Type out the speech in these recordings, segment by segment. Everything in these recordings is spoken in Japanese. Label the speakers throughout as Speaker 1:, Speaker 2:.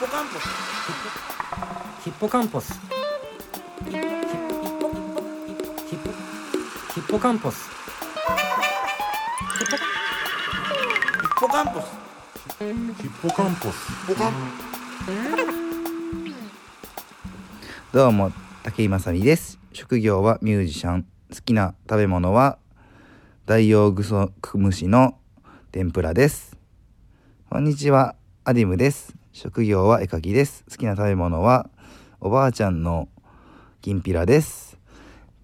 Speaker 1: ポカンポス
Speaker 2: ヒッポカンポスヒッポヒッポヒッポカンポス
Speaker 1: ヒッポカンポス
Speaker 3: ヒッポカンポス
Speaker 1: ポカン
Speaker 4: どうも竹井まさみです職業はミュージシャン好きな食べ物はダイオウグソクムシの天ぷらですこんにちはアディムです職業は絵描きです好きな食べ物はおばあちゃんのきんぴらです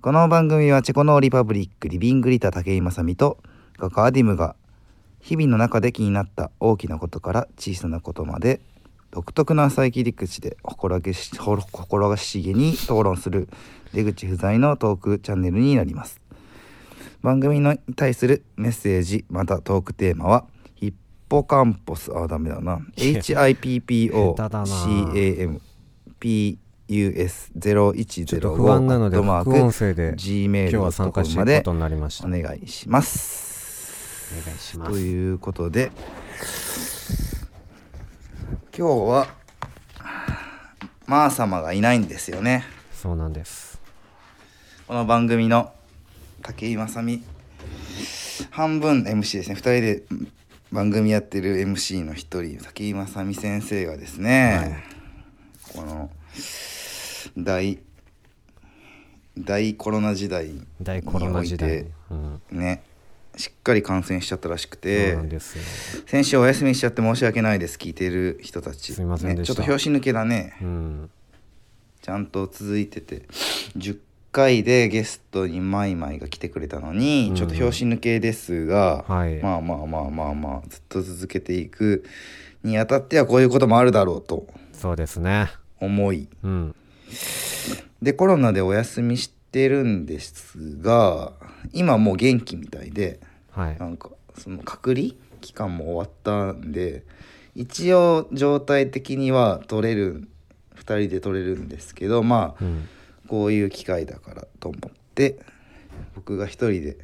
Speaker 4: この番組はチェコノーリパブリックリビングリタ竹井まさみと画家アディムが日々の中で気になった大きなことから小さなことまで独特な浅い切り口で心がけしほろ心がしげに討論する出口不在のトークチャンネルになります番組のに対するメッセージまたトークテーマはヒッポカンポスあーダメだな
Speaker 2: ちょっと不安なので
Speaker 4: HIPPOCAMPUS010
Speaker 2: 副音声で今日
Speaker 4: Gmail
Speaker 2: は
Speaker 4: の
Speaker 2: 参
Speaker 4: と
Speaker 2: 加
Speaker 4: こ
Speaker 2: して
Speaker 4: ま
Speaker 2: いくこ
Speaker 4: で
Speaker 2: とになりました
Speaker 4: お
Speaker 2: お願
Speaker 4: 願いします。
Speaker 2: いしま
Speaker 4: と
Speaker 2: す
Speaker 4: いうことで今日はマー様がいないんですよね
Speaker 2: そうなんです
Speaker 4: この番組の武井正美半分 MC ですね2人で番組やってる MC の一人武井正美先生がですね、この大大コロナ時代に
Speaker 2: 大コロナ時代
Speaker 4: おいて
Speaker 2: うん
Speaker 4: ねしっかり感染しちゃったらしく
Speaker 2: そう
Speaker 4: て
Speaker 2: なんですよ
Speaker 4: 先週お休みしちゃって申し訳ないです聞いてる人たち
Speaker 2: すいませんでした
Speaker 4: ね、ちょっと拍子抜けだね、
Speaker 2: うん
Speaker 4: ちゃんと続いてて10回でゲストにマイマイが来てくれたのに、
Speaker 2: うん
Speaker 4: ちょっと拍子抜けですが、
Speaker 2: はい
Speaker 4: まあまあまあまあまあずっと続けていくにあたってはこういうこともあるだろうと
Speaker 2: そうですね
Speaker 4: 思い
Speaker 2: うん
Speaker 4: でコロナでお休みしてるんですが今もう元気みたいで
Speaker 2: はい
Speaker 4: なんかその隔離期間も終わったんで一応状態的には取れる2人で取れるんですけどまあ、
Speaker 2: うん
Speaker 4: こういう機会だからと思って僕が1人で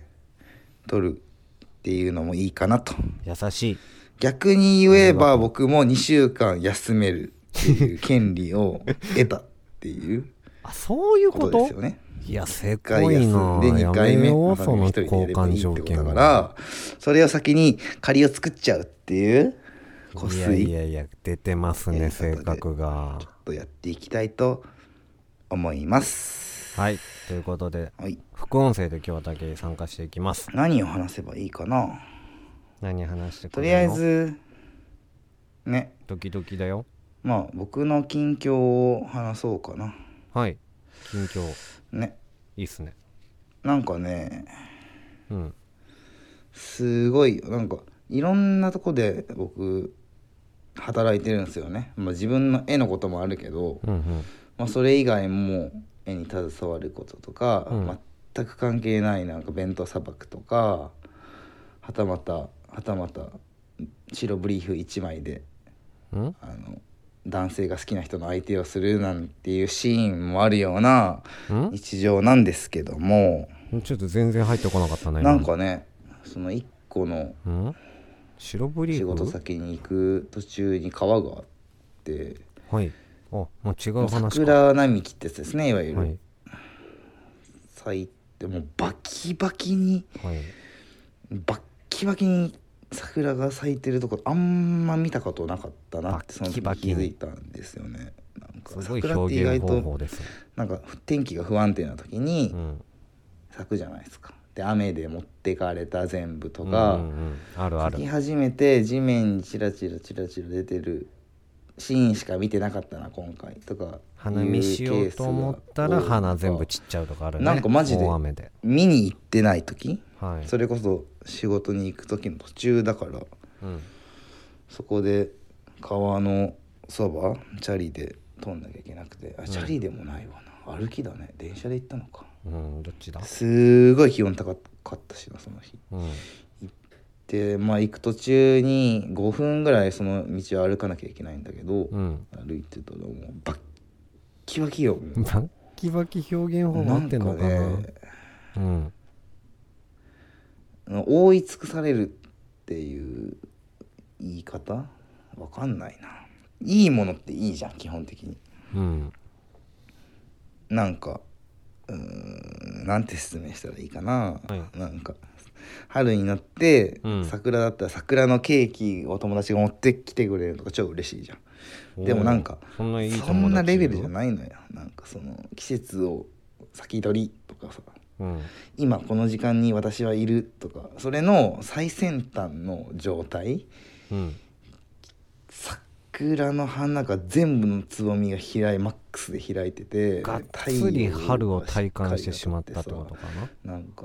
Speaker 4: 取るっていうのもいいかなと
Speaker 2: 優しい
Speaker 4: 逆に言えば僕も2週間休めるっていう権利を得たっていう
Speaker 2: あそういう
Speaker 4: こ
Speaker 2: こと
Speaker 4: で
Speaker 2: と
Speaker 4: すよね。
Speaker 2: いやせ
Speaker 4: 1
Speaker 2: こ
Speaker 4: 回 休
Speaker 2: い
Speaker 4: んで
Speaker 2: な
Speaker 4: 2回目
Speaker 2: やめよ
Speaker 4: ま
Speaker 2: う
Speaker 4: た
Speaker 2: その
Speaker 4: 一人
Speaker 2: 交
Speaker 4: でやれば
Speaker 2: 換
Speaker 4: いい
Speaker 2: 条
Speaker 4: ってこと
Speaker 2: 件
Speaker 4: だか
Speaker 2: は
Speaker 4: らそれを先に借りを作っちゃうっていう個
Speaker 2: いやい
Speaker 4: 水
Speaker 2: やいや出てます
Speaker 4: や
Speaker 2: ね
Speaker 4: り方で
Speaker 2: 性格が
Speaker 4: とやっていきたいと思います。
Speaker 2: はいということで
Speaker 4: はい、
Speaker 2: 副音声で今日は竹井参加していきます
Speaker 4: 何を話せばいいかな
Speaker 2: 何話してく
Speaker 4: と
Speaker 2: れ
Speaker 4: り
Speaker 2: る
Speaker 4: あえ
Speaker 2: の
Speaker 4: ずね
Speaker 2: ドキドキだよ
Speaker 4: まあ僕の近況を話そうかな。
Speaker 2: はい近況
Speaker 4: ね
Speaker 2: いいっすね
Speaker 4: なんかね
Speaker 2: うん
Speaker 4: すごいよなんかいろんなとこで僕働いてるんですよね、まあ、自分の絵のこともあるけど、
Speaker 2: うんうん
Speaker 4: まあ、それ以外も絵に携わることとか、
Speaker 2: うん
Speaker 4: 全く関係ないなんか弁当さばくとかはたまたはたまた白ブリーフ1枚で
Speaker 2: うん
Speaker 4: あの男性が好きな人の相手をするなんていうシーンもあるような日常なんですけども
Speaker 2: んちょっと全然入ってこなかったね今
Speaker 4: なんかねその1個の
Speaker 2: うん白ブリー
Speaker 4: 仕
Speaker 2: フ
Speaker 4: 事先に行く途中に川があって
Speaker 2: はいあもう違う話か
Speaker 4: 桜並木ってやつですねいわゆる、
Speaker 2: はい
Speaker 4: 咲いてもうバキバキに
Speaker 2: はい
Speaker 4: バッキバキに桜が咲いてるとこあんま見たことなかったなってその時
Speaker 2: バッキ
Speaker 4: 気
Speaker 2: バキ
Speaker 4: づ
Speaker 2: に
Speaker 4: いたんですよねなんか
Speaker 2: すごい
Speaker 4: 桜って
Speaker 2: 表
Speaker 4: 意外
Speaker 2: 現方法
Speaker 4: と
Speaker 2: ですね
Speaker 4: なんか天気が不安定な時に
Speaker 2: うん
Speaker 4: 咲くじゃないですかで雨で持ってかれた全部と
Speaker 2: うんう
Speaker 4: か
Speaker 2: んうんあるある
Speaker 4: 咲き始めて地面にチラチラチラチラ出てるシーンしか見てなかったな今回とか
Speaker 2: 花見しようと思ったら花全部
Speaker 4: ち
Speaker 2: 散っちゃうとかあるね
Speaker 4: なんかマジで
Speaker 2: 大雨で
Speaker 4: 見に行ってない時
Speaker 2: はい
Speaker 4: それこそ仕事に行く時の途中だから
Speaker 2: うん
Speaker 4: そこで川のそばチャリで通んなきゃいけなくてあチャリでもないわな、歩きだね電車で行ったのか
Speaker 2: うんどっちだ
Speaker 4: すごい気温高かったしなその日
Speaker 2: うん
Speaker 4: でまあ行く途中に5分ぐらいその道を歩かなきゃいけないんだけど、
Speaker 2: うん
Speaker 4: 歩いてたらもうバッキバキよもう
Speaker 2: バッキバキ表現法が合ってんのかな
Speaker 4: なんか
Speaker 2: うん
Speaker 4: ね覆い尽くされるっていう言い方わかんないないいものっていいじゃん基本的に
Speaker 2: うん
Speaker 4: なんかうーんなんて説明したらいいかな、
Speaker 2: は
Speaker 4: なんか春になって、
Speaker 2: うん
Speaker 4: 桜だったら桜のケーキを友達が持ってきてくれるとか超嬉しいじゃんでもなんか
Speaker 2: おーそんないい友達
Speaker 4: そんなレベルじゃないのよなんかその季節を先取りとかさ
Speaker 2: うん
Speaker 4: 今この時間に私はいるとかそれの最先端の状態
Speaker 2: うん
Speaker 4: 桜の花が全部のつぼみが開いマックスで開いてて
Speaker 2: がっつり春を体感してしまったってこと
Speaker 4: 太陽がしっかり当た
Speaker 2: かな
Speaker 4: ってさなんか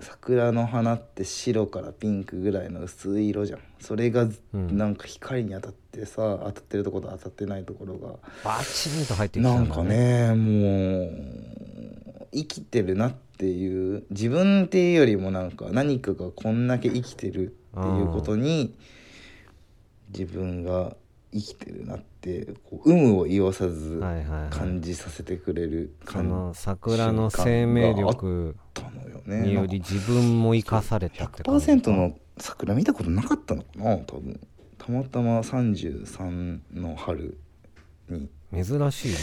Speaker 4: 桜の花って白からピンクぐらいの薄い色じゃんそれが
Speaker 2: うん
Speaker 4: なんか光に当たってさ、当たってるところと当たってないところが
Speaker 2: バチンと入ってきた
Speaker 4: なんん
Speaker 2: だ
Speaker 4: かねもう生きてるなっていう自分っていうよりもなんか何かがこんだけ生きてるっていうことに自分が生きてるなってこう有無を言さず
Speaker 2: はいはいはい
Speaker 4: 感じさせてくれる
Speaker 2: そ
Speaker 4: 感
Speaker 2: の桜の生命力
Speaker 4: じだったのよ
Speaker 2: に
Speaker 4: ね。な
Speaker 2: よ
Speaker 4: んか
Speaker 2: り自分も生かされたって感じ
Speaker 4: 100%の桜見たことなかったのかな多分たまたま33の春に
Speaker 2: 珍しいね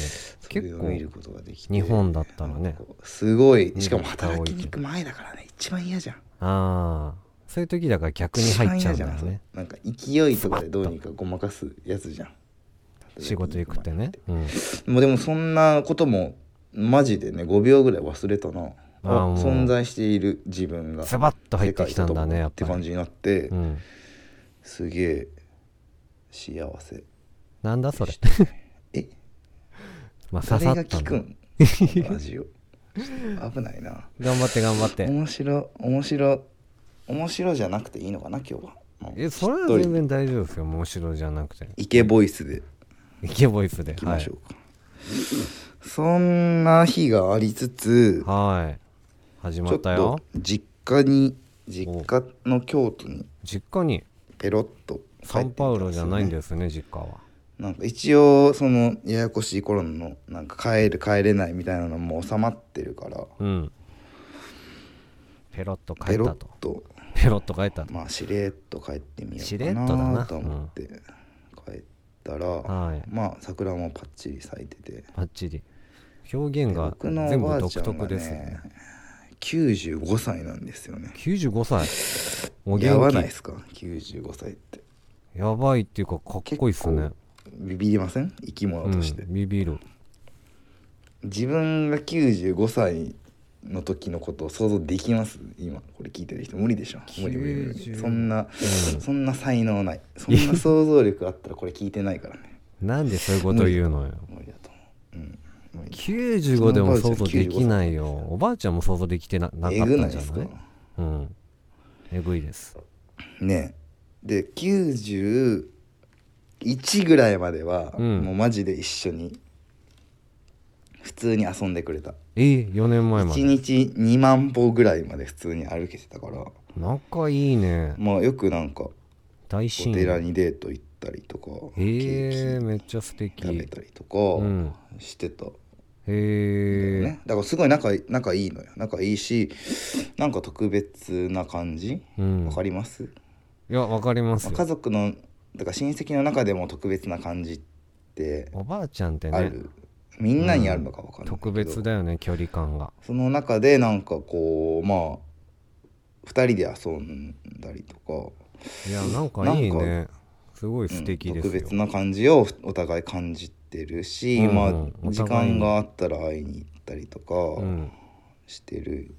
Speaker 4: それ
Speaker 2: 結
Speaker 4: を見る
Speaker 2: 構
Speaker 4: ことができて
Speaker 2: 日本だったらね
Speaker 4: すごい
Speaker 2: うん
Speaker 4: しかも働きに行く前だからね一番嫌じゃん
Speaker 2: ああそういう時だから逆に入っちゃうんだよ
Speaker 4: 一番嫌じ
Speaker 2: ね
Speaker 4: ゃんなんか勢いとかでどうにかごまかすやつじゃん
Speaker 2: 仕事行くってねうん
Speaker 4: もうでもそんなこともマジでね5秒ぐらい忘れたな
Speaker 2: あー
Speaker 4: あ
Speaker 2: もう
Speaker 4: 存在している自分が
Speaker 2: ズバッと入ってきたんだねやっ
Speaker 4: って
Speaker 2: ぱ
Speaker 4: 感
Speaker 2: り
Speaker 4: じになって、
Speaker 2: うん
Speaker 4: すげえ幸せ
Speaker 2: なんだそれ
Speaker 4: え
Speaker 2: まあ刺
Speaker 4: 誰
Speaker 2: さ
Speaker 4: が
Speaker 2: った
Speaker 4: 聞く
Speaker 2: の
Speaker 4: ん ラジオちょっと危ないな
Speaker 2: 頑張って頑張って
Speaker 4: 面白面白面白じゃなくていいのかな今日はもう
Speaker 2: えそれは
Speaker 4: 一人
Speaker 2: 全然大丈夫ですよもう後ろじゃなくて
Speaker 4: イケボイスでい
Speaker 2: イケボイスで
Speaker 4: きましょうか、そんな日がありつつ
Speaker 2: はいはい始
Speaker 4: ち
Speaker 2: ま
Speaker 4: ょっ
Speaker 2: ったよ
Speaker 4: と実家に実家の京都に
Speaker 2: 実家に
Speaker 4: ペロッと帰
Speaker 2: サ
Speaker 4: ってきた
Speaker 2: ンパウロじゃないん
Speaker 4: すよね
Speaker 2: ですね実家は
Speaker 4: なんか一応そのややこしいコロナのなんか帰る帰れないみたいなのも収まってるから
Speaker 2: うんペロッと帰
Speaker 4: ペ
Speaker 2: っ
Speaker 4: ロ
Speaker 2: た
Speaker 4: ッ
Speaker 2: と
Speaker 4: と
Speaker 2: ペロッと帰ったと
Speaker 4: まあしれっと帰ってみよ
Speaker 2: し
Speaker 4: う
Speaker 2: れ
Speaker 4: か
Speaker 2: っとだな
Speaker 4: なと思って帰ったら、
Speaker 2: はい
Speaker 4: まあ桜もパッチリ咲いてて
Speaker 2: バッチリ表現が
Speaker 4: 僕の
Speaker 2: 全
Speaker 4: おば
Speaker 2: 部
Speaker 4: あ
Speaker 2: 独
Speaker 4: ちゃんが
Speaker 2: 特ですよ
Speaker 4: ね
Speaker 2: ね
Speaker 4: 95歳なんですよね
Speaker 2: 95歳お
Speaker 4: やば
Speaker 2: 元
Speaker 4: ないで
Speaker 2: 気
Speaker 4: すか95歳って
Speaker 2: やばいっていうかかっこいいっすね
Speaker 4: ビビりません生き物
Speaker 2: う
Speaker 4: として、
Speaker 2: んビビる
Speaker 4: 自分が95歳の時のことを想像できます今これ聞いてる人無理でしょ無理無理無理
Speaker 2: 90
Speaker 4: そんな、
Speaker 2: うん
Speaker 4: そんな才能ないそんな想像力あったらこれ聞いてないからね
Speaker 2: なんでそういうこと言うのよ
Speaker 4: 無理だと思ううん無理
Speaker 2: 95でも想像できないよおばあちゃんも想像できて ななかったん
Speaker 4: え
Speaker 2: じ
Speaker 4: ぐ
Speaker 2: ゃ
Speaker 4: な
Speaker 2: ないい
Speaker 4: ですか
Speaker 2: うんえぐいです
Speaker 4: ねえで91ぐらいまでは、
Speaker 2: うん
Speaker 4: もうマジで一緒に普通に遊んでくれた
Speaker 2: え4年前ま
Speaker 4: 1
Speaker 2: で
Speaker 4: 日2万歩ぐらいまで普通に歩けてたから
Speaker 2: 仲いいね
Speaker 4: まあよくなんか
Speaker 2: 大
Speaker 4: お
Speaker 2: 親
Speaker 4: 寺
Speaker 2: 友
Speaker 4: にデート行ったりとかケ
Speaker 2: え
Speaker 4: ー
Speaker 2: ー、めっちゃ素
Speaker 4: キ食べ
Speaker 2: 敵
Speaker 4: たりと
Speaker 2: うん
Speaker 4: かしてた、
Speaker 2: へえ
Speaker 4: ね、だからすごい仲い仲いいのよ仲いいしなんか特別な感じ
Speaker 2: う
Speaker 4: わ、
Speaker 2: ん
Speaker 4: かります、
Speaker 2: いやわかります
Speaker 4: まあ
Speaker 2: よ
Speaker 4: 家族のだから親戚の中でも特別な感じって
Speaker 2: おばあちゃんって
Speaker 4: あ
Speaker 2: ね
Speaker 4: る、みんなにあるのかわかんないけど、
Speaker 2: 特別だよね距離感が
Speaker 4: その中でなんかこうまあ2人で遊んだりとか
Speaker 2: いやなんかいい
Speaker 4: なん
Speaker 2: ねすごい素敵です
Speaker 4: 特
Speaker 2: よ、
Speaker 4: 別な感じをお互い感じてるし、
Speaker 2: うんうん
Speaker 4: まあ
Speaker 2: お互いに
Speaker 4: 時間があったら会いに行ったりと
Speaker 2: う
Speaker 4: か
Speaker 2: ん
Speaker 4: してる、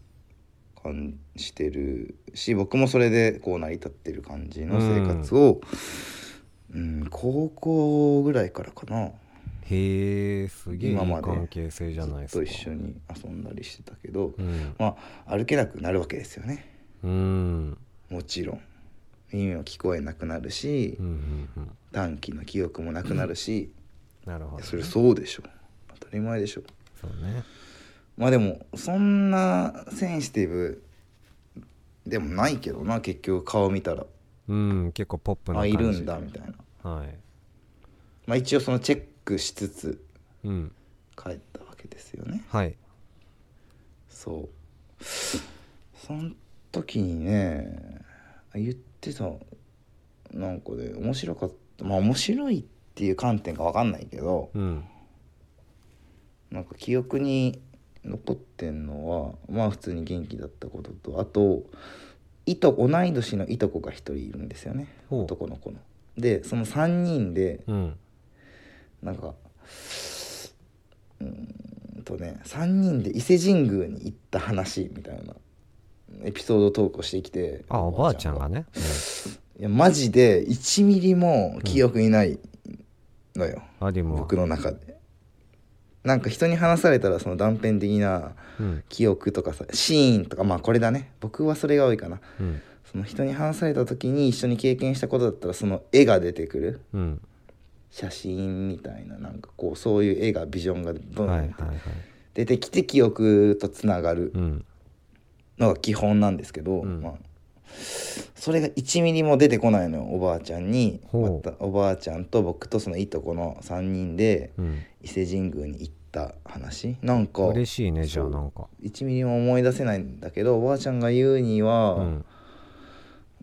Speaker 4: 感じしてるし僕もそれでこう成り立ってる感じの生活を、うん高校ぐらいからかな
Speaker 2: へえすげえいい
Speaker 4: 今まで
Speaker 2: 関係性じゃないです
Speaker 4: ずっと
Speaker 2: か
Speaker 4: 一緒に遊んだりしてたけど、
Speaker 2: うん、
Speaker 4: まあ歩けなくなるわけですよね
Speaker 2: うん
Speaker 4: もちろん耳も聞こえなくなるし、
Speaker 2: うんうんうん
Speaker 4: 短期の記憶もなくなるし、
Speaker 2: なるほど、ね、
Speaker 4: それそうでしょ当たり前でしょ
Speaker 2: そうね
Speaker 4: まあでもそんなセンシティブでもないけどな結局顔見たら
Speaker 2: うん結構ポップな
Speaker 4: あ
Speaker 2: 感じ
Speaker 4: いるんだみたいな
Speaker 2: はい
Speaker 4: まあ一応そのチェックしつつ
Speaker 2: うん
Speaker 4: 帰ったわけですよね
Speaker 2: はい
Speaker 4: そうその時にね言ってたなんかね面白かったまあ面白いっていう観点か分かんないけど
Speaker 2: うん
Speaker 4: なんか記憶に残ってんのはまあ普通に元気だったこととあといと同い年のいとこが一人いるんですよね
Speaker 2: ほう
Speaker 4: 男の子の。でその3人で
Speaker 2: うん
Speaker 4: なんかうーんとね3人で伊勢神宮に行った話みたいなエピソード投稿してきて
Speaker 2: あおばあちゃんがね
Speaker 4: いやマジで1ミリも記憶にないのよ、
Speaker 2: あでも
Speaker 4: 僕の中でなんか人に話されたらその断片的な
Speaker 2: うん
Speaker 4: 記憶とかさシーンとかまあこれだね僕はそれが多いかな
Speaker 2: うん
Speaker 4: その人に話された時に一緒に経験したことだったらその絵が出てくる
Speaker 2: うん
Speaker 4: 写真みたいななんかこうそういう絵がビジョンがブ
Speaker 2: はい
Speaker 4: ン
Speaker 2: は
Speaker 4: っ
Speaker 2: い
Speaker 4: て
Speaker 2: はい
Speaker 4: 出てきて記憶とつながる
Speaker 2: うん
Speaker 4: のが基本なんですけど、
Speaker 2: うん
Speaker 4: まあ、それが1ミリも出てこないのよおばあちゃんにま
Speaker 2: ほう
Speaker 4: たおばあちゃんと僕とそのいとこの3人で
Speaker 2: うん
Speaker 4: 伊勢神宮に行った話なんか
Speaker 2: 嬉しいねじゃあ
Speaker 4: そう
Speaker 2: なんか
Speaker 4: 1ミリも思い出せないんだけどおばあちゃんが言うには、
Speaker 2: うん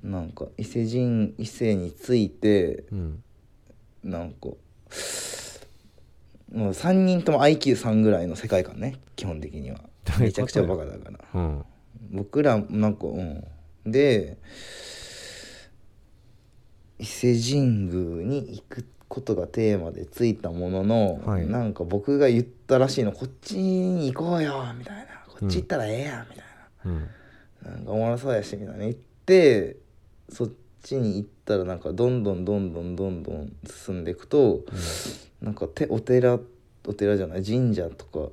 Speaker 4: なんか伊勢神伊勢について
Speaker 2: うん
Speaker 4: なんかもう3人とも IQ3 ぐらいの世界観ね基本的には
Speaker 2: どういうことよ
Speaker 4: めちゃくちゃバカだから
Speaker 2: うん
Speaker 4: 僕らなんかうんで伊勢神宮に行くことがテーマでついたものの、
Speaker 2: はい
Speaker 4: なんか僕が言ったらしいのこっちに行こうよみたいなこっち行ったらええやんみたい
Speaker 2: うん
Speaker 4: な,、なんかおもろそうやしみたいな言ってそっちに行ったらなんかどんどんどんどんどんどん進んでいくと、なんかてお寺お寺じゃない神社とか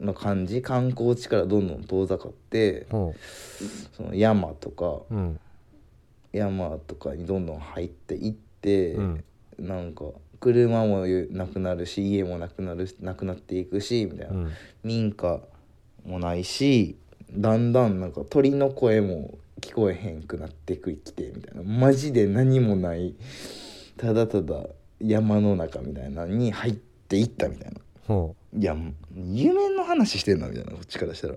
Speaker 4: の感じ観光地からどんどん遠ざかって
Speaker 2: ほ
Speaker 4: その山とか
Speaker 2: ううん
Speaker 4: 山とかにどんどん入っていって、
Speaker 2: うん
Speaker 4: なんか車もなくなるし家もなくなるしなくなっていくしみたいな、
Speaker 2: うん
Speaker 4: 民家もないしだんだんなんか鳥の声も聞こえへんくなってくきてみたいなマジで何もないただただ山の中みたいなのに入っていったみたいな。
Speaker 2: ほ
Speaker 4: いや夢の話してんなみたいなこっちからしたら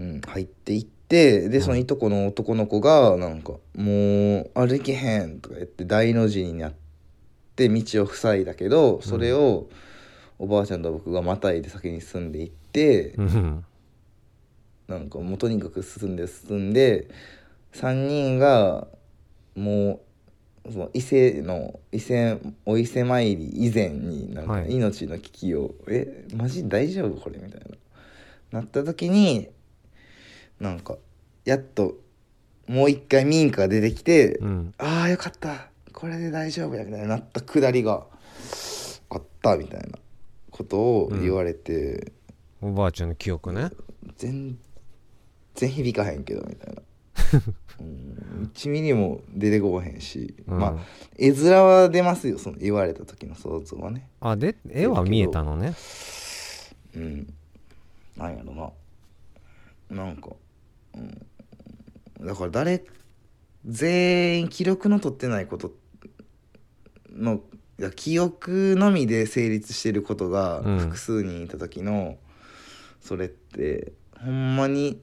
Speaker 4: うん入っていってでそのいとこの男の子がなんか「もう歩けへん」とか言って大の字になって道を塞いだけどそれをおばあちゃんと僕がまたいで先に進んでいって、
Speaker 2: ううん
Speaker 4: なんかもうとにかく進んで進んで3人がもうその伊勢の伊勢お伊勢参り以前になん
Speaker 2: は
Speaker 4: か
Speaker 2: い
Speaker 4: 命の危機を、えマジ大丈夫これみたいななった時になんかやっともう一回民家が出てきて、
Speaker 2: うん
Speaker 4: ああよかったこれで大丈夫やみたいになったくだりがあったみたいなことを言われて。
Speaker 2: おばあちゃんの記憶ね
Speaker 4: 全然響かへんけどみ たいなうん1ミリも出てこうへんし、
Speaker 2: うん
Speaker 4: まあ絵面は出ますよその言われた時の想像はね
Speaker 2: あで絵は見えたのね
Speaker 4: うんなんやろななんか、うん、だから誰全員記録の取ってないことのいや記憶のみで成立してることが
Speaker 2: うん
Speaker 4: 複数人いた時の、それってほんまに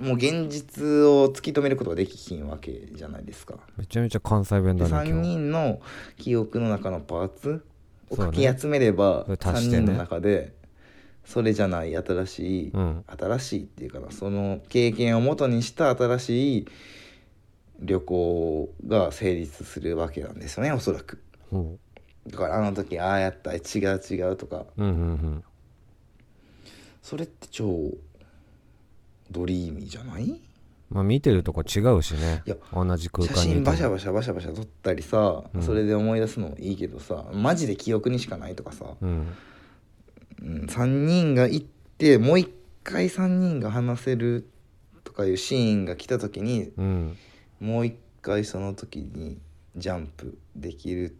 Speaker 4: もう現実を突き止めることができひんわけじゃないですか。
Speaker 2: めちゃめちゃ関西弁
Speaker 4: で
Speaker 2: だね
Speaker 4: 3
Speaker 2: 今日
Speaker 4: 人の記憶の中のパーツを
Speaker 2: そう
Speaker 4: か
Speaker 2: ね
Speaker 4: き集めれば、3
Speaker 2: 足してね
Speaker 4: 人の中でそれじゃない新しい、
Speaker 2: うん
Speaker 4: 新しいっていうかなその経験を元にした新しい旅行が成立するわけなんですよねおそらく。
Speaker 2: ほ
Speaker 4: だからあの時ああやった違う違うとか
Speaker 2: ううんうんうん
Speaker 4: それって超ドリーミーじゃない
Speaker 2: まあ見てるとこ違うしね
Speaker 4: いや
Speaker 2: 同じ空
Speaker 4: 写
Speaker 2: 間に
Speaker 4: 真
Speaker 2: いても
Speaker 4: バシャバシャバシャバシャ撮ったりさ、
Speaker 2: うん
Speaker 4: それで思い出すのもいいけどさマジで記憶にしかないとかさ、
Speaker 2: うん
Speaker 4: うん、3人が行ってもう一回3人が話せるとかいうシーンが来た時に
Speaker 2: うん
Speaker 4: もう一回その時にジャンプできる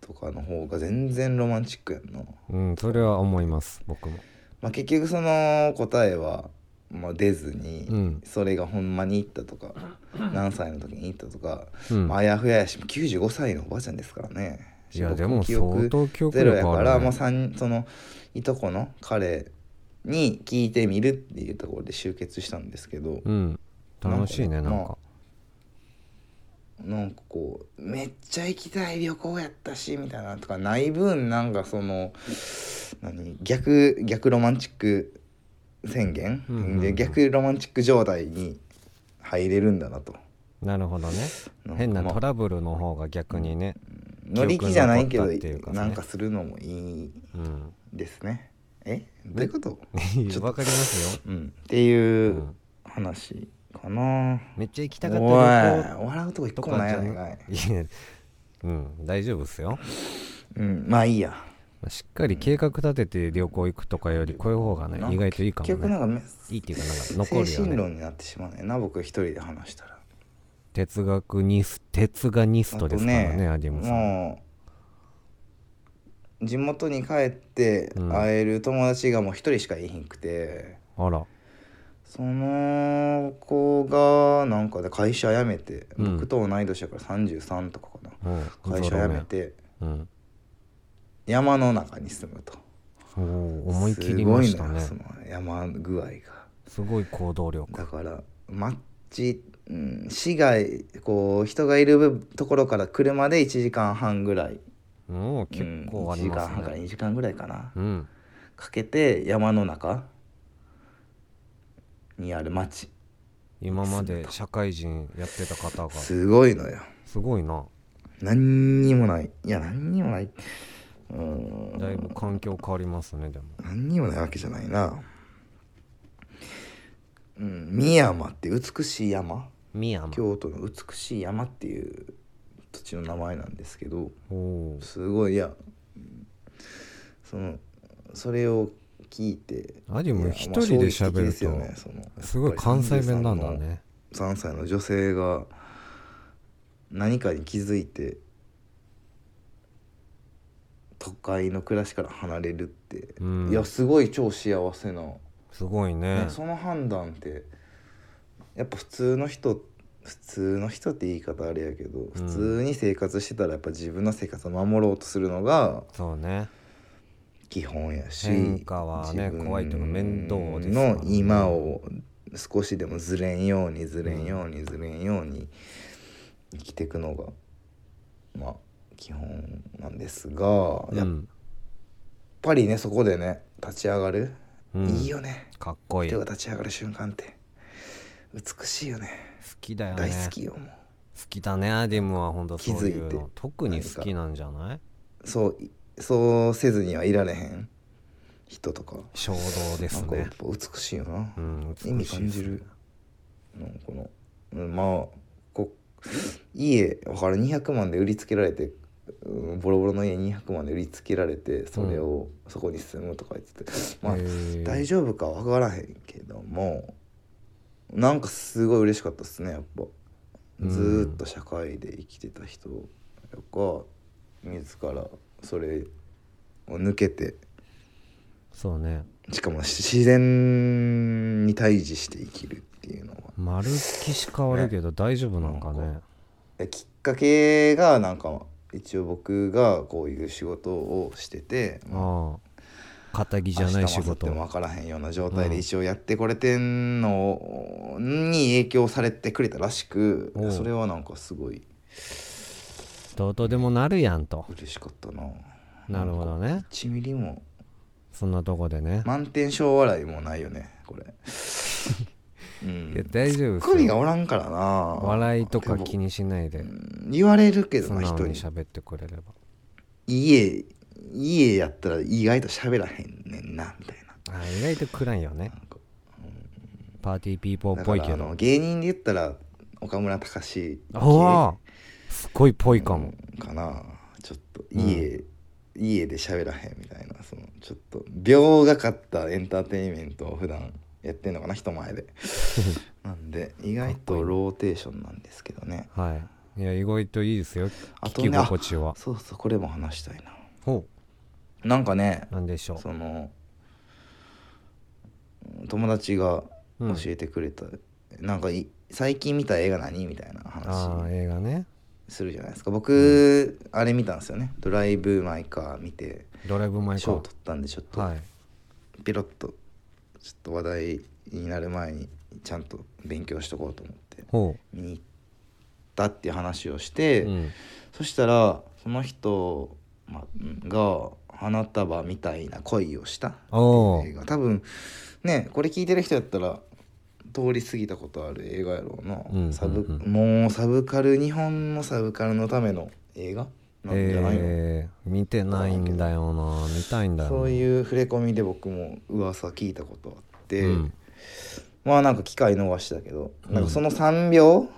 Speaker 4: とかの方が全然ロマンチックやんな、
Speaker 2: うんそれは思います僕も
Speaker 4: まあ、結局その答えは、まあ、出ずに、
Speaker 2: うん
Speaker 4: それがほんまに行った とか何歳の時に行ったとか、
Speaker 2: うん
Speaker 4: まああやふややし95歳のおばあちゃんですからね
Speaker 2: いや
Speaker 4: 僕
Speaker 2: でも
Speaker 4: 記憶
Speaker 2: 相当記憶
Speaker 4: ゼロや
Speaker 2: 力
Speaker 4: から、
Speaker 2: ある
Speaker 4: まあ、
Speaker 2: ね
Speaker 4: 三そのいとこの彼に聞いてみるっていうところで集結したんですけど、
Speaker 2: うん楽しいねなんか
Speaker 4: なんかこうめっちゃ行きたい旅行やったしみたいなとかない分なんかその何逆逆ロマンチック宣言、
Speaker 2: うんうんうん
Speaker 4: で逆ロマンチック状態に入れるんだなと
Speaker 2: なるほどね
Speaker 4: なんか
Speaker 2: 変な
Speaker 4: まあ
Speaker 2: トラブルの方が逆にね
Speaker 4: 乗り気じゃないけど
Speaker 2: 記憶に残ったっていうかね
Speaker 4: なんかするのもいい
Speaker 2: うん
Speaker 4: ですねえどういうこと、ちょっと
Speaker 2: わかりますよ
Speaker 4: うん、っていううん話かな、
Speaker 2: めっちゃ行きた
Speaker 4: おい
Speaker 2: かった旅行
Speaker 4: 笑うとこ一
Speaker 2: と
Speaker 4: 個
Speaker 2: か
Speaker 4: もない
Speaker 2: じ
Speaker 4: や
Speaker 2: ゃ
Speaker 4: ない
Speaker 2: な
Speaker 4: かい
Speaker 2: いやうん大丈夫っすよ
Speaker 4: うんまあいいや
Speaker 2: まあしっかり計画立てて旅行行くとかよりこういう方が
Speaker 4: なん
Speaker 2: ね
Speaker 4: か
Speaker 2: 意外といいか
Speaker 4: 結
Speaker 2: も
Speaker 4: 局なん
Speaker 2: ね
Speaker 4: かめ
Speaker 2: いいっていうかなんか残る
Speaker 4: 精
Speaker 2: よ
Speaker 4: 神
Speaker 2: ね
Speaker 4: 論になってしまうねんな僕一人で話したら
Speaker 2: 哲学ニス哲学ニストですからねアディムさん
Speaker 4: もう地元に帰って
Speaker 2: うん
Speaker 4: 会える友達がもう一人しかいひんくて、
Speaker 2: あら
Speaker 4: その子がなんかで会社辞めて、
Speaker 2: うん
Speaker 4: 僕と同い年だから33とかかな
Speaker 2: うん
Speaker 4: 会社辞めて
Speaker 2: うん
Speaker 4: 山の中に住むと
Speaker 2: おー思い切りましたね
Speaker 4: すごいのよその山具合が
Speaker 2: すごい行動力
Speaker 4: だから街、うん、市街こう人がいるところから車で1時間半ぐらい
Speaker 2: もう
Speaker 4: う
Speaker 2: 結
Speaker 4: ん
Speaker 2: 構あ
Speaker 4: 1
Speaker 2: り
Speaker 4: 時
Speaker 2: ま
Speaker 4: 間半
Speaker 2: す
Speaker 4: から
Speaker 2: ね
Speaker 4: 2時間ぐらいかな、
Speaker 2: うん
Speaker 4: かけて山の中にある町
Speaker 2: 今まで社会人やってた方が
Speaker 4: すごいのよ
Speaker 2: すごいな
Speaker 4: 何にもないいや何にもないうん
Speaker 2: だいぶ環境変わりますねでも
Speaker 4: 何にもないわけじゃないなうん美山って美しい山
Speaker 2: 深山
Speaker 4: 京都の美しい山っていう土地の名前なんですけど
Speaker 2: おおー
Speaker 4: すごいいやそのそれを聞いて
Speaker 2: アディ
Speaker 4: いやま
Speaker 2: ム
Speaker 4: あ
Speaker 2: 一人で喋
Speaker 4: 衝撃的ですよね
Speaker 2: る
Speaker 4: そのやっぱ
Speaker 2: と
Speaker 4: り
Speaker 2: すごい関西弁なんだね
Speaker 4: 33歳の女性が何かに気づいて都会の暮らしから離れるって、
Speaker 2: うん
Speaker 4: いやすごい超幸せな、
Speaker 2: すごいね
Speaker 4: ねその判断ってやっぱ普通の人普通の人って言い方あれやけど普通に生活してたらやっぱ自分の生活を守ろうとするのが
Speaker 2: そうね
Speaker 4: 基本やし
Speaker 2: 変化はね
Speaker 4: 自分
Speaker 2: 怖いというか面倒ですからね
Speaker 4: の今を少しでもずれんようにずれんようにずれんように生きていくのがまあ基本なんですが、
Speaker 2: う
Speaker 4: やっ
Speaker 2: ん
Speaker 4: ぱりねそこでね立ち上がる、
Speaker 2: うん
Speaker 4: いいよね
Speaker 2: かっこいい
Speaker 4: 手が
Speaker 2: 好
Speaker 4: 立ち上がる瞬間って美しいよね
Speaker 2: きだよね
Speaker 4: 大好きよも
Speaker 2: 好きだねアディムは本当そうい
Speaker 4: 気づいうて
Speaker 2: の特に好きなんじゃないう
Speaker 4: そういそうせずにはいられへん人とか
Speaker 2: 衝動で
Speaker 4: な
Speaker 2: す
Speaker 4: んかやっ
Speaker 2: ね
Speaker 4: ぱ美しいよな、
Speaker 2: うん
Speaker 4: 意味感じるのこのうんまあこ家わからん200万で売りつけられて、うんボロボロの家200万で売りつけられてそれをそこに住むとか言ってて、まあ大
Speaker 2: 大
Speaker 4: 丈夫かわからへんけどもなんかすごい嬉しかったっすねやっぱ
Speaker 2: うん
Speaker 4: ずーっと社会で生きてた人が自らそれを抜けて
Speaker 2: そうね
Speaker 4: しかも自然に対峙して生きるっていうのは
Speaker 2: 丸っきし変わるけど大丈夫なんか
Speaker 4: な
Speaker 2: ね
Speaker 4: えきっかけがなんか一応僕がこういう仕事をしてて
Speaker 2: ああ肩着じゃない仕事
Speaker 4: 明日も明後日も分からへんような状態
Speaker 2: う
Speaker 4: で
Speaker 2: ん
Speaker 4: 一応やってこれてんのに影響されてくれたらしく
Speaker 2: おう
Speaker 4: それはなんかすごい
Speaker 2: どうとでもなるやんと
Speaker 4: 嬉しかったな
Speaker 2: なるほどね
Speaker 4: 1ミリも
Speaker 2: そんなとこでね
Speaker 4: 満点小笑いもないよね これう
Speaker 2: いや
Speaker 4: ん
Speaker 2: 大丈夫っ
Speaker 4: ツッコ
Speaker 2: す
Speaker 4: ミが
Speaker 2: よ
Speaker 4: おらんからな
Speaker 2: 笑いとか気にしないで
Speaker 4: 言われるけど
Speaker 2: 素
Speaker 4: な人
Speaker 2: 直に
Speaker 4: に
Speaker 2: 喋ってくれれば
Speaker 4: 家家やったら意外と喋らへんねんなみたいな
Speaker 2: ああ意外と暗いよね
Speaker 4: なんか
Speaker 2: パーティーピーポー
Speaker 4: だ
Speaker 2: っ
Speaker 4: か
Speaker 2: ぽい
Speaker 4: ら
Speaker 2: け
Speaker 4: あ
Speaker 2: ど
Speaker 4: の芸人で言ったら岡村隆史
Speaker 2: ああすごいぽいかも
Speaker 4: 系かなちょっと家、家で喋らへんみたいなそのちょっと秒がかったエンターテインメントを普段やってんのかな人 前でなんで意外とローテーションなんですけどね
Speaker 2: はいいや意外といいですよ
Speaker 4: あと
Speaker 2: 聞き
Speaker 4: ね
Speaker 2: 心地は
Speaker 4: そうそうこれも話したいな
Speaker 2: ほ
Speaker 4: なんかね
Speaker 2: うなんでしょう
Speaker 4: その友達が
Speaker 2: うん
Speaker 4: 教えてくれた、なんかい最近見た映画何みたいな
Speaker 2: ああ
Speaker 4: 話
Speaker 2: 映画ね
Speaker 4: するじゃないですか僕、あれ見たんですよね「ドライブ・マイ・カー」見て
Speaker 2: ドライブ・マイ・カ
Speaker 4: 賞を
Speaker 2: ー
Speaker 4: 取ったんでちょっと、
Speaker 2: はい
Speaker 4: ピロッとちょっと話題になる前にちゃんと勉強しとこうと思って
Speaker 2: ほ
Speaker 4: 見に行っったっていう話をして、
Speaker 2: うん
Speaker 4: そしたらその人まが花束みたいな恋をした
Speaker 2: おお
Speaker 4: 映画多分ねこれ聞いてる人やったら通り過ぎたことある映画やろうな、
Speaker 2: うんうんうん
Speaker 4: サブもうサブカル日本のサブカルのための映画なんじゃないの、
Speaker 2: えー、見てないんだよな見たいんだよな
Speaker 4: そう
Speaker 2: う、
Speaker 4: いう触れ込みで僕も噂聞いたことあって、
Speaker 2: うん
Speaker 4: まあなんか機会逃したけど、なんかその3秒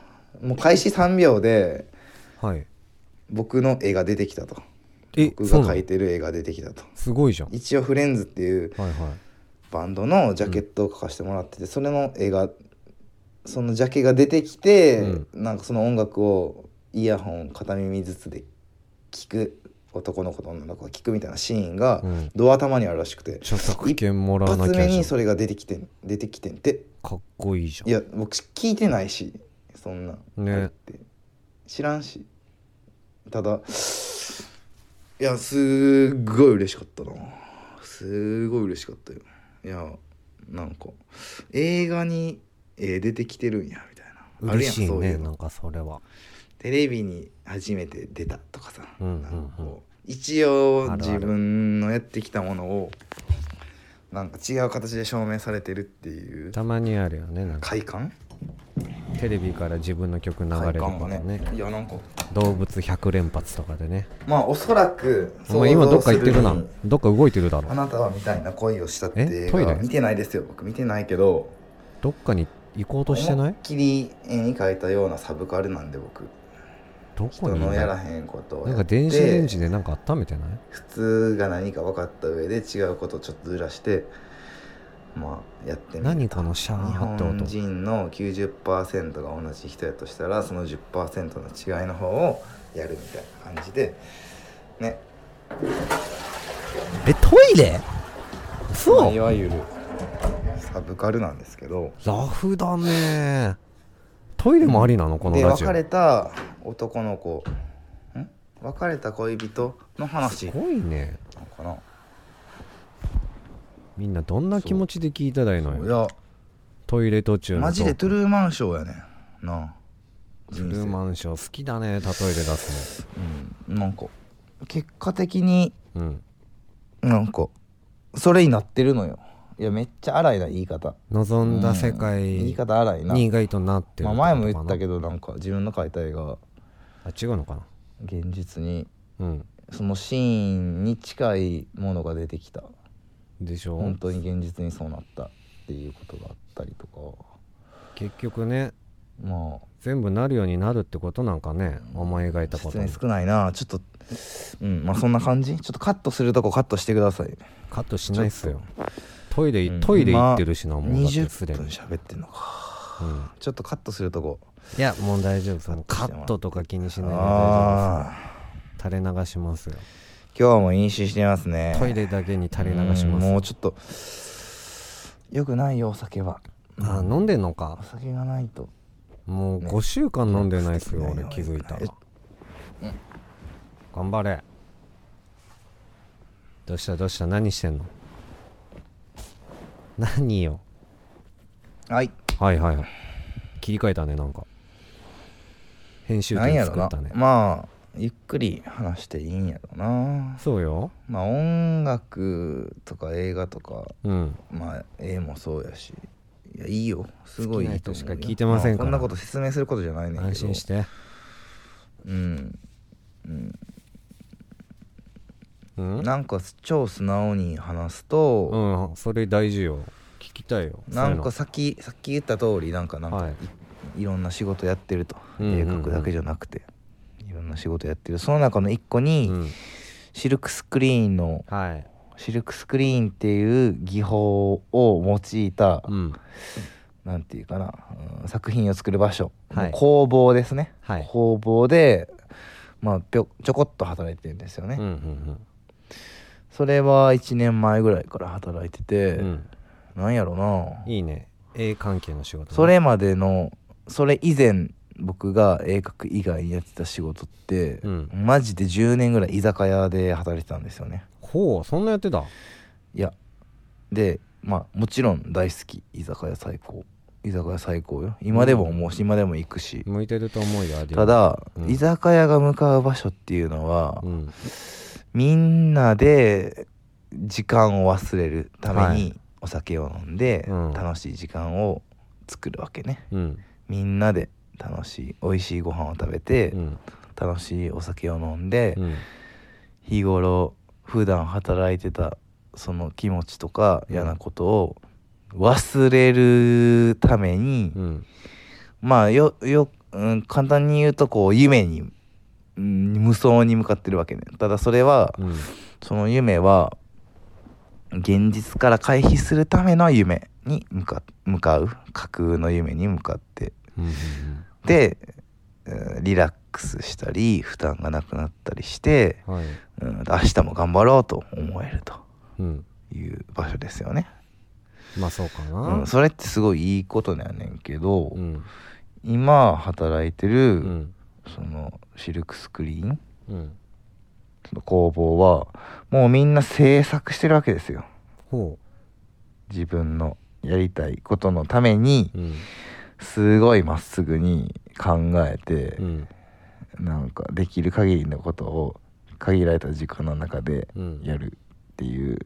Speaker 4: もう開始3秒で
Speaker 2: はい
Speaker 4: 僕の絵が出てきたと
Speaker 2: え
Speaker 4: 僕
Speaker 2: そう
Speaker 4: が
Speaker 2: なの
Speaker 4: 描いてる絵が出てきたと
Speaker 2: すごいじゃんは
Speaker 4: 一応フレンズっていう
Speaker 2: いはい
Speaker 4: バンドのジャケットを描かせてもらってて、それの絵がそのジャケが出てきて、なんかその音楽をイヤホン片耳ずつで聴く男の子と女の子が聴くみたいなシーンが
Speaker 2: うん
Speaker 4: ドア頭にあるらしくて、
Speaker 2: 著作権もらわ
Speaker 4: 一
Speaker 2: な
Speaker 4: 発
Speaker 2: きゃ
Speaker 4: 目
Speaker 2: じゃ
Speaker 4: に
Speaker 2: ん
Speaker 4: それが出てきてん出てきてんて
Speaker 2: かっこいいじゃん
Speaker 4: いや僕聞いてないしそんな
Speaker 2: ね
Speaker 4: あれって知らんしただいやすっごい嬉しかったなすごい嬉しかったよいやなんか映画に絵出てきてるんやみたいなある
Speaker 2: 嬉
Speaker 4: やん
Speaker 2: しい
Speaker 4: そうい
Speaker 2: ね
Speaker 4: う
Speaker 2: な
Speaker 4: の
Speaker 2: んかそれは
Speaker 4: テレビに初めて出たとかさ、
Speaker 2: うんうんうん
Speaker 4: なんかこう一応
Speaker 2: あるある
Speaker 4: 自分のやってきたものをなんか違う形で証明されてるっていう
Speaker 2: たまにあるよねなんか
Speaker 4: 快感
Speaker 2: テレビから自分の曲流れ
Speaker 4: 快
Speaker 2: る
Speaker 4: 感
Speaker 2: とか
Speaker 4: が
Speaker 2: ね
Speaker 4: ねいやなんか
Speaker 2: 動物100連発とかでね
Speaker 4: まあおそらく
Speaker 2: お前今どっか行ってるな
Speaker 4: 想像すに
Speaker 2: どっか動いてるだろ
Speaker 4: あなたはみたいな恋をしたって
Speaker 2: え
Speaker 4: 映
Speaker 2: トイレ
Speaker 4: 画見てないですよ僕見てないけど
Speaker 2: どっかに行こうとして
Speaker 4: 思
Speaker 2: ないい
Speaker 4: っきり絵に描いたようなサブカルなんで僕
Speaker 2: どこ
Speaker 4: 人
Speaker 2: にい
Speaker 4: の
Speaker 2: ない
Speaker 4: やらへんことを
Speaker 2: なん
Speaker 4: や
Speaker 2: か
Speaker 4: って
Speaker 2: 電子レンジでなんか温めてない
Speaker 4: 普通が何か分かった上で違うことをちょっとずらしてまあやってみる
Speaker 2: 何このシャ
Speaker 4: 日
Speaker 2: ーって
Speaker 4: 本
Speaker 2: 音
Speaker 4: 人の90%が同じ人やとしたらその10%の違いの方をやるみたいな感じでね
Speaker 2: えトイレ
Speaker 4: まあ
Speaker 2: そ
Speaker 4: いうわゆるサブカルなんですけど
Speaker 2: ラフだねトイレもありなのこの
Speaker 4: で
Speaker 2: ラジオ
Speaker 4: 別れた男の子ん別れた恋人の話
Speaker 2: す
Speaker 4: な
Speaker 2: ごいね
Speaker 4: のかな
Speaker 2: みんなどんな気持ちで聞いたらいいの
Speaker 4: い
Speaker 2: よ
Speaker 4: や
Speaker 2: トイレ途中の
Speaker 4: マジで
Speaker 2: ト
Speaker 4: トゥルーマンショーやねんな
Speaker 2: トゥルーマンショー好きだね例えで出す
Speaker 4: うんなんか結果的に
Speaker 2: のうん
Speaker 4: なんかそれになってるのよいやめっちゃ荒いな言い方
Speaker 2: 望んだ世界
Speaker 4: うん言い
Speaker 2: に
Speaker 4: 方荒いな
Speaker 2: 意外となってる
Speaker 4: まあ、
Speaker 2: てことか
Speaker 4: 前
Speaker 2: な
Speaker 4: も言ったけどなんか自分の描いた絵が
Speaker 2: あ違うのかな
Speaker 4: 現実に
Speaker 2: うん
Speaker 4: そのシーンに近いものが出てきた
Speaker 2: でしょ
Speaker 4: 本当に現実にそうなったっていうことがあったりとか
Speaker 2: 結局ね
Speaker 4: ま
Speaker 2: 全部なるようになるってことなんかね思い描い
Speaker 4: あ
Speaker 2: たこと
Speaker 4: 失
Speaker 2: も
Speaker 4: 礼少ないなちょっとうんまあそんな感じちょっとカットするとこカットしてください
Speaker 2: カットしないっすよトイレ、
Speaker 4: うん
Speaker 2: トイレ行ってるしなもうだってすで
Speaker 4: 20
Speaker 2: に
Speaker 4: 分喋ってんのか
Speaker 2: うん
Speaker 4: ちょっとカットするとこ
Speaker 2: いやもう大丈夫そのカ
Speaker 4: カットしても
Speaker 2: ットとか気にしないで大丈夫で
Speaker 4: ああ
Speaker 2: す垂れ流しますよ
Speaker 4: 今日も飲酒してますね
Speaker 2: トイレだけに垂れ流しま
Speaker 4: うんもう
Speaker 2: す
Speaker 4: ちょっとよくないよお酒は
Speaker 2: あ飲んでんの
Speaker 4: お
Speaker 2: か
Speaker 4: 酒がないと
Speaker 2: もう5週間飲んでないっすよ俺気づいたら
Speaker 4: え
Speaker 2: 頑張れどうしたどうした何してんの何よ
Speaker 4: はい
Speaker 2: はいはいはい切り替えたねなんか編集
Speaker 4: なんや
Speaker 2: 点作
Speaker 4: ろ
Speaker 2: っ
Speaker 4: な
Speaker 2: たね
Speaker 4: まあゆっくり話していいんやろな
Speaker 2: そうよ
Speaker 4: まあ音楽とか映画とか
Speaker 2: うん
Speaker 4: まあ絵もそうやしいやいいよすごいいいと思うよ
Speaker 2: 好きな人しか聞いてませんから
Speaker 4: あこんなこと説明することじゃないねんけど
Speaker 2: 安心して
Speaker 4: うん、
Speaker 2: うん
Speaker 4: なんか超素直に話すと、
Speaker 2: うんそれ大事よ聞きたいよ
Speaker 4: なんか
Speaker 2: そ
Speaker 4: さっきさっき言った通りなんかなんか、
Speaker 2: はい
Speaker 4: い、いろんな仕事やってると
Speaker 2: うんうんう
Speaker 4: 絵
Speaker 2: ん
Speaker 4: 描くだけじゃなくて、いろんな仕事やってるその中の一個
Speaker 2: うい
Speaker 4: に、
Speaker 2: うのうん
Speaker 4: シルクスクリーンの
Speaker 2: はい
Speaker 4: シルクスクリーンっていう技法を用いた、
Speaker 2: うん
Speaker 4: なんていうかな、うん作品を作る場所、
Speaker 2: はい
Speaker 4: 工房ですね、
Speaker 2: はい
Speaker 4: 工房でまあぴょちょこっと働いてるんですよね、
Speaker 2: うんうん
Speaker 4: それは1年前ぐらいから働いてて、
Speaker 2: うん
Speaker 4: なんやろ
Speaker 2: うん
Speaker 4: ない
Speaker 2: いね絵関係の仕事ね
Speaker 4: それまでのそれ以前僕が絵描く以外にやってた仕事って、
Speaker 2: うん
Speaker 4: マジで10年ぐらい居酒屋で働いてたんですよね
Speaker 2: ほうそんなやってた
Speaker 4: いやでまあもちろん大好き居酒屋最高居酒屋最高よ今でも思うし今でも行くし
Speaker 2: 向いてると思うよアディは
Speaker 4: ただ、
Speaker 2: うん
Speaker 4: 居酒屋が向かう場所っていうのは、
Speaker 2: うん
Speaker 4: みんなで時間を忘れるため
Speaker 2: は
Speaker 4: にお酒を飲んで、
Speaker 2: うん
Speaker 4: 楽しい時間を作るわけね
Speaker 2: うん
Speaker 4: みんなで楽しい美味しいご飯を食べて、
Speaker 2: うん
Speaker 4: 楽しいお酒を飲んで、
Speaker 2: うん
Speaker 4: 日頃普段働いてたその気持ちとか嫌なことを忘れるために、
Speaker 2: うん
Speaker 4: まあよよ、うん、簡単に言うとこう夢に、うん、無双に向かってるわけねただそれは
Speaker 2: うん
Speaker 4: その夢は現実から回避するための夢に向か向かう架空の夢に向かって
Speaker 2: うん
Speaker 4: で、うんリラックスしたり負担がなくなったりして、
Speaker 2: うんはい
Speaker 4: うん、明日も頑張ろうと思えると
Speaker 2: うん
Speaker 4: いう場所ですよね、
Speaker 2: まあそうかな
Speaker 4: うん、それってすごいいいことなんやねんけど、
Speaker 2: うん
Speaker 4: 今働いてる、
Speaker 2: うん
Speaker 4: そのシルクスクリーン
Speaker 2: うん
Speaker 4: その工房はもうみんな制作してるわけですよ
Speaker 2: ほ
Speaker 4: 自分のやりたいことのために
Speaker 2: ううん
Speaker 4: すごいまっすぐに考えて
Speaker 2: う、ん
Speaker 4: なんかできる限りのことを限られた時間の中で
Speaker 2: うん
Speaker 4: やるっていう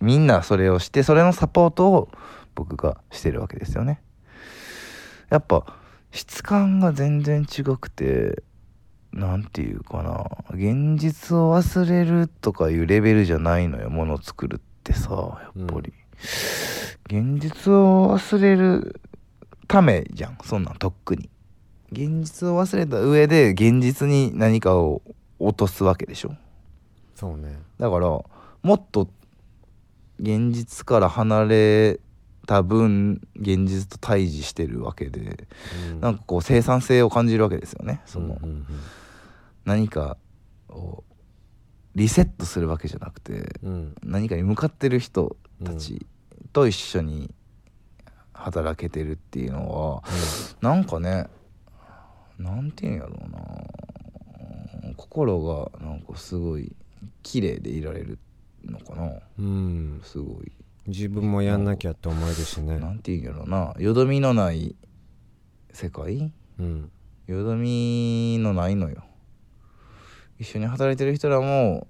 Speaker 4: みんなそれをしてそれのサポートを僕がしてるわけですよねやっぱ質感が全然違くて何て言うかな現実を忘れるとかいうレベルじゃないのよもの作るってさやっぱり、現実を忘れるためじゃんそんなんとっくに現実を忘れた上で現実に何かを落とすわけでしょ
Speaker 2: そうね
Speaker 4: だからもっと現実から離れた分現実と対峙してるわけで
Speaker 2: うん
Speaker 4: なんかこう生産性を感じるわけですよねその
Speaker 2: うん
Speaker 4: 何かをリセットするわけじゃなくて
Speaker 2: うんうん
Speaker 4: 何かに向かってる人たちと一緒に働けてるっていうのはなんかねなんていうんやろうな心がなんかすごい綺麗でいられるのかな
Speaker 2: うんうん
Speaker 4: すごい
Speaker 2: 自分もやんなきゃって思えるしね
Speaker 4: なんていうんやろうなよどみのない世界
Speaker 2: うん
Speaker 4: よどみのないのよ一緒に働いてる人らも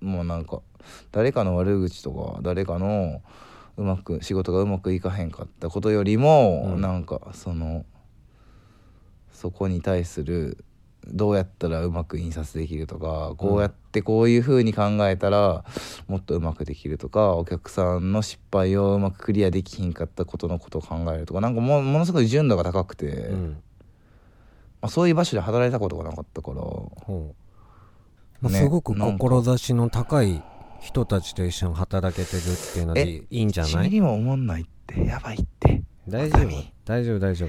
Speaker 4: もうなんか誰かの悪口とか誰かのうまく仕事がうまくいかへんかったことよりも、
Speaker 2: うん
Speaker 4: なんかそのそこに対するどうやったらうまく印刷できるとか、こうやってこういうふうに考えたらもっとうまくできるとかお客さんの失敗をうまくクリアできひんかったことのことを考えるとかなんかもうものすごい純度が高くて。
Speaker 2: うん
Speaker 4: まあ、そういう場所で働いたことがなかったから
Speaker 2: ほうまあ
Speaker 4: ね
Speaker 2: すごく
Speaker 4: なんか
Speaker 2: 志の高い人たちと一緒に働けてるっていうのでいいんじゃ
Speaker 4: ち
Speaker 2: な
Speaker 4: ぎ
Speaker 2: い
Speaker 4: りも思んないってやばいって
Speaker 2: 大丈夫
Speaker 4: 熱海
Speaker 2: 大丈夫大丈夫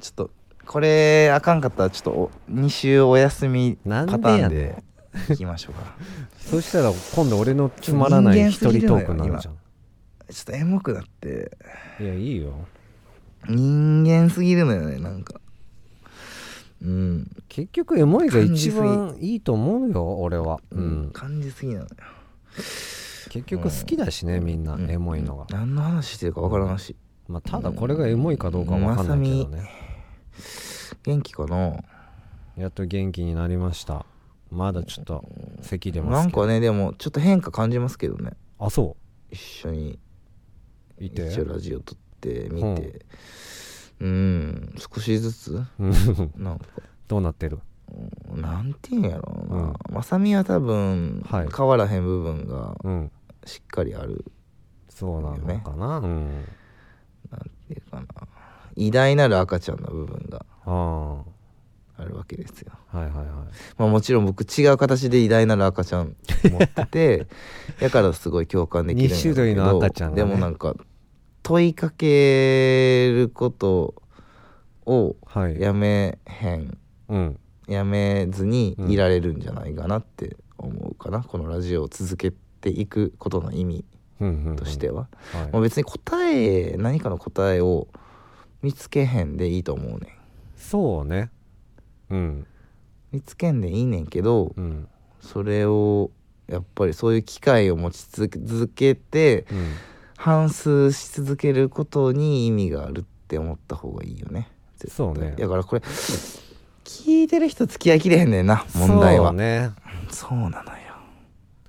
Speaker 4: ちょっとこれあかんかったらちょっとお2週お休み
Speaker 2: な
Speaker 4: パ
Speaker 2: んで
Speaker 4: タ
Speaker 2: やねん
Speaker 4: ーンでいきましょうか
Speaker 2: そしたら今度俺のつまらない一人トークになるじゃん
Speaker 4: ちょっとエモくなって
Speaker 2: いやいいよ
Speaker 4: 人間すぎるのよねなんかうん、
Speaker 2: 結局エモいが一
Speaker 4: 感
Speaker 2: 番いいと思うよ俺はう
Speaker 4: うん
Speaker 2: ん、
Speaker 4: 感じすぎなのよ
Speaker 2: 結局好きだしねみんな
Speaker 4: うん
Speaker 2: エモいのが
Speaker 4: 何の話してるかわからんし
Speaker 2: まあただこれがエモいかどうかわかんないけどね
Speaker 4: 元気かな
Speaker 2: やっと元気になりましたまだちょっと咳出ま
Speaker 4: な
Speaker 2: す
Speaker 4: ん
Speaker 2: けど
Speaker 4: かねでもちょっと変化感じますけどね
Speaker 2: あそ
Speaker 4: 一緒に
Speaker 2: ういて
Speaker 4: 一応ラジオ撮ってみてうん少しずつ
Speaker 2: うん
Speaker 4: なんか
Speaker 2: どうなってる
Speaker 4: うんなんていうんやろうな、
Speaker 2: うん
Speaker 4: まさみは多分、
Speaker 2: はい
Speaker 4: 変わらへん部分が
Speaker 2: うん
Speaker 4: しっかりある
Speaker 2: そうなのかな、うん
Speaker 4: なんていうかな偉大なる赤ちゃんの部分が
Speaker 2: ああは
Speaker 4: あるわけですよ、
Speaker 2: いはいはい
Speaker 4: まあ、もちろん僕違う形で偉大なる赤ちゃん持って てやからすごい共感できるんやろうけど
Speaker 2: 二種類の赤ちゃんがね
Speaker 4: でもなんか問いかけることを
Speaker 2: はい
Speaker 4: やめへん
Speaker 2: うん
Speaker 4: やめずに
Speaker 2: うん
Speaker 4: いられるんじゃないかなって思うかな、このラジオを続けていくことの意味
Speaker 2: うんうんうん
Speaker 4: としては、
Speaker 2: はい
Speaker 4: まあ、別に答え何かの答えを見つけへんでいいと思うね
Speaker 2: そうねうん
Speaker 4: ん見つけんでいいねんけど
Speaker 2: うん
Speaker 4: それをやっぱりそういう機会を持ち続けて
Speaker 2: うん
Speaker 4: 反数し続けることに意味があるって思った方がいいよね絶対
Speaker 2: そうね
Speaker 4: だからこれ聞いてる人付き合いきれへんねんな問題は
Speaker 2: そうね
Speaker 4: そうなのよ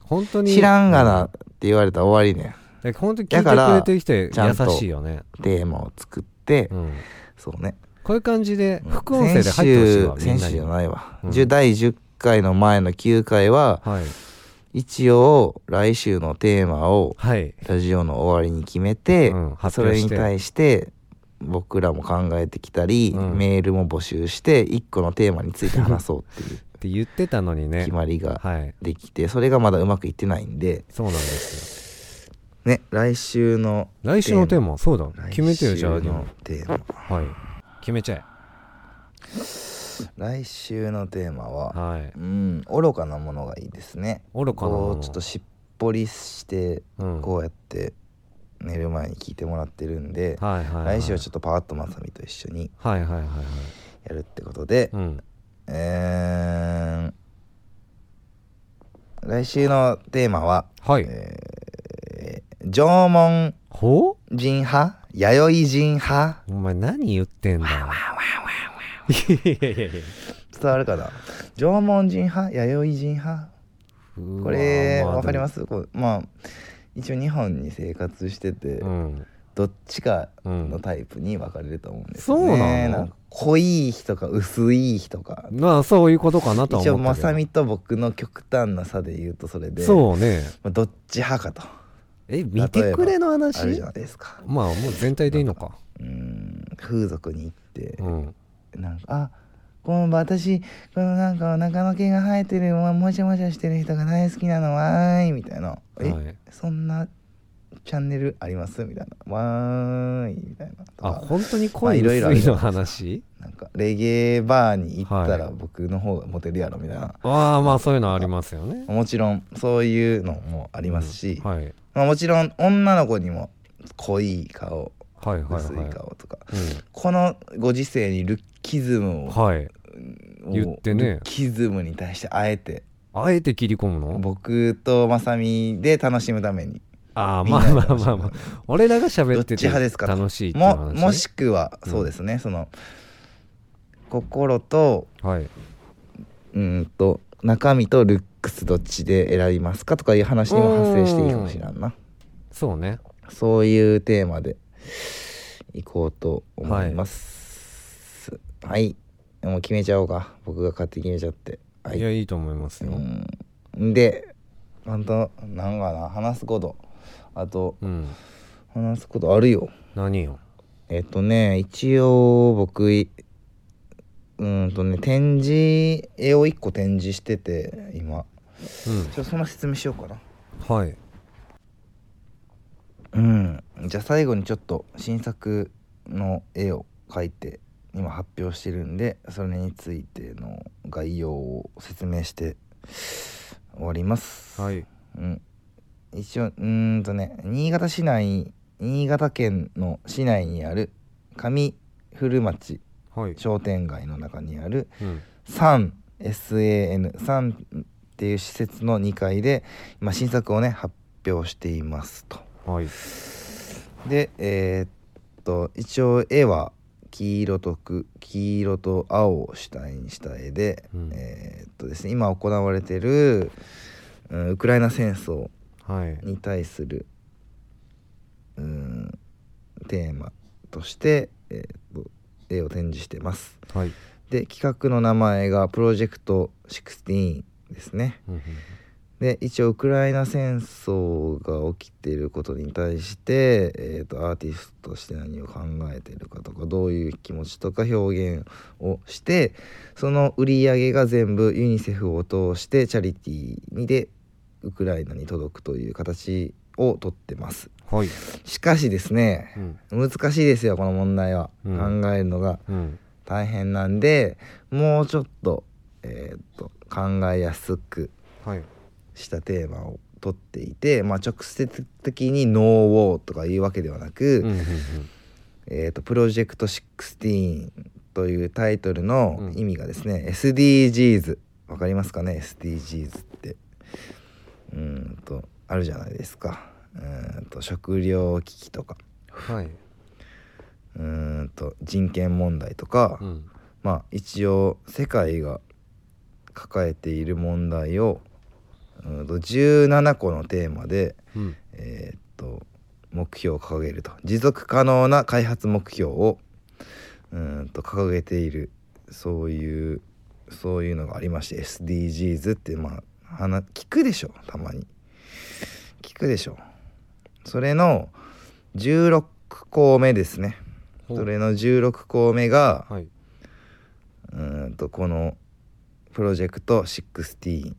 Speaker 2: 本当に
Speaker 4: 知らんがなって言われたら終わりね
Speaker 2: だから本当に聞いてくれてる
Speaker 4: だからちゃ
Speaker 2: 人
Speaker 4: んと
Speaker 2: 優しいよね、
Speaker 4: テーマを作って、
Speaker 2: うん、
Speaker 4: そうね
Speaker 2: こういう感じで副音声で入ってほしいわみ
Speaker 4: 先週
Speaker 2: んな
Speaker 4: 先週
Speaker 2: に
Speaker 4: じゃないわ、
Speaker 2: うん
Speaker 4: 10第10回の前の9回は
Speaker 2: はい
Speaker 4: 一応来週のテーマを
Speaker 2: はい
Speaker 4: ラジオの終わりに決めて、
Speaker 2: うん発
Speaker 4: そ
Speaker 2: 表
Speaker 4: れ
Speaker 2: し
Speaker 4: に
Speaker 2: て
Speaker 4: 対して僕らも考えてきたり、
Speaker 2: うん
Speaker 4: メールも募集して1個のテーマについて話そうっていう
Speaker 2: って言ってたのにね
Speaker 4: 決まりが
Speaker 2: はい
Speaker 4: できてそれがまだうまくいってないんで
Speaker 2: そうなんですよ
Speaker 4: ね 来週の
Speaker 2: 来週のテーマそうだ
Speaker 4: 来
Speaker 2: 決めてよじゃあ
Speaker 4: 週のテーマ
Speaker 2: はい決めちゃ
Speaker 4: 来週のテーマ
Speaker 2: え
Speaker 4: は
Speaker 2: はい
Speaker 4: うん愚かなものがいいですね
Speaker 2: 愚かなも
Speaker 4: こ
Speaker 2: の
Speaker 4: うちょっとしっぽりして
Speaker 2: うん
Speaker 4: こうやって寝る前に聞いてもらってるんで、
Speaker 2: はいはいはい
Speaker 4: 来週はちょっとパワッとまさみと一緒に
Speaker 2: はいはいはいはい
Speaker 4: やるってことで、
Speaker 2: うん
Speaker 4: えー来週のテーマは
Speaker 2: はい
Speaker 4: 「縄文
Speaker 2: ほ
Speaker 4: 人派弥生人派
Speaker 2: うお前何言ってんだよ いやいやいや」
Speaker 4: 伝わるかな縄文人派弥生人派これわかりますすこうまあ一応日本に生活してて、
Speaker 2: うん
Speaker 4: どっちか
Speaker 2: うん
Speaker 4: のタイプに分かれると思うんです
Speaker 2: そうなの
Speaker 4: んか濃い日とか薄い日とか
Speaker 2: まあそういうことかなとは
Speaker 4: 一
Speaker 2: 思っ
Speaker 4: 応
Speaker 2: た
Speaker 4: ま
Speaker 2: けど
Speaker 4: さみと僕の極端な差で言うとそれで
Speaker 2: そうね
Speaker 4: まあ、どっち派か
Speaker 2: え見てくれの
Speaker 4: とあるじ
Speaker 2: 話
Speaker 4: ゃないですか
Speaker 2: まあもう全体でいいのか
Speaker 4: うん風俗に行って
Speaker 2: うん
Speaker 4: なんかあこの私このなんかお腹の毛が生えてるももしゃもしゃしてる人が大好きなのわーいみたいな「え、
Speaker 2: はい
Speaker 4: そんなチャンネルあります?」みたいな「わーい」みたいなと
Speaker 2: あ
Speaker 4: か
Speaker 2: 本当に
Speaker 4: まあ
Speaker 2: 恋
Speaker 4: いろいろあ
Speaker 2: 薄
Speaker 4: る
Speaker 2: い
Speaker 4: じゃ
Speaker 2: の
Speaker 4: ないですか
Speaker 2: 話
Speaker 4: なんかレゲエバーに行ったら
Speaker 2: はい
Speaker 4: 僕の方がモテるやろみたいな、
Speaker 2: ああまあそういうのありますよね
Speaker 4: もちろんそういうのもありますし、
Speaker 2: うんはい
Speaker 4: まあ、もちろん女の子にも濃い顔
Speaker 2: はいはい
Speaker 4: 薄い
Speaker 2: はい
Speaker 4: 顔とか、このご時世にルッキズム
Speaker 2: うん
Speaker 4: を
Speaker 2: はい
Speaker 4: を
Speaker 2: 言ってね
Speaker 4: ルッキズムに対してあえて
Speaker 2: あえて切り込むの
Speaker 4: 僕とまさみで楽しむために
Speaker 2: ああ
Speaker 4: みんな
Speaker 2: まあ
Speaker 4: で
Speaker 2: まあ
Speaker 4: 楽しむ
Speaker 2: まあまあ俺らが喋って
Speaker 4: どっち
Speaker 2: て
Speaker 4: 派ですか
Speaker 2: 楽しいっていう話
Speaker 4: も
Speaker 2: ね
Speaker 4: もしくはそうですね、その心と
Speaker 2: はい
Speaker 4: うんと中身とルックスどっちで選びますかとかいう話にも発生していいかもしれんな
Speaker 2: そうね
Speaker 4: そういうテーマでいこうと思いますはい、もう決めちゃおうか僕が勝手に決めちゃってはい
Speaker 2: いやいいと思いますよ
Speaker 4: うんで本当なんかな話すことあと
Speaker 2: うん
Speaker 4: 話すことあるよ
Speaker 2: 何よ
Speaker 4: えっとね一応僕いうーんとね展示絵を1個展示してて今
Speaker 2: うん
Speaker 4: ちょその説明しようかな
Speaker 2: はい
Speaker 4: うんじゃあ最後にちょっと新作の絵を描いて今発表してるんでそれについての概要を説明して終わります
Speaker 2: はい
Speaker 4: うん、一応うーんとね新潟市内新潟県の市内にある上古町
Speaker 2: はい
Speaker 4: 商店街の中にある
Speaker 2: うん
Speaker 4: サン SAN サンっていう施設の2階で今新作をね発表していますと
Speaker 2: はい
Speaker 4: でえーっと一応絵は黄色とく黄色と青を主体にした絵で、
Speaker 2: うん
Speaker 4: えーっとですね今行われてる、うん、ウクライナ戦争
Speaker 2: はい
Speaker 4: に対するうーんテーマとして、えーと絵を展示してます
Speaker 2: はい
Speaker 4: で企画の名前がプロジェクト16ですね
Speaker 2: うんうん
Speaker 4: で一応ウクライナ戦争が起きていることに対して、えー、とアーティストとして何を考えているかとかどういう気持ちとか表現をしてその売り上げが全部ユニセフを通してチャリティーにでウクライナに届くという形をとってます
Speaker 2: はい
Speaker 4: しかしですね
Speaker 2: うん
Speaker 4: 難しいですよこの問題は、
Speaker 2: うん
Speaker 4: 考えるのが
Speaker 2: うん
Speaker 4: 大変なんでもうちょっと,、えー、と考えやすく
Speaker 2: はい
Speaker 4: したテーマを取っていて、まあ、直接的に「ノーウォー」とかいうわけではなく「
Speaker 2: うんうんうん
Speaker 4: えー、とプロジェクト16」というタイトル
Speaker 2: う
Speaker 4: の
Speaker 2: ん
Speaker 4: 意味がですね、SDGs わかりますかね SDGs ってうーんとあるじゃないですかうーんと食糧危機とか
Speaker 5: はいう
Speaker 4: ーんと人権問題とか、
Speaker 5: うん
Speaker 4: まあ一応世界が抱えている問題をうーんと17個のテーマで、
Speaker 5: うん
Speaker 4: えーっと目標を掲げると持続可能な開発目標をうーんと掲げているそういうそういうのがありまして SDGs ってまあ話聞くでしょたまに聞くでしょそれの16項目ですね
Speaker 5: お
Speaker 4: それの16項目が
Speaker 5: はいう
Speaker 4: ーんとこのプロジェクト16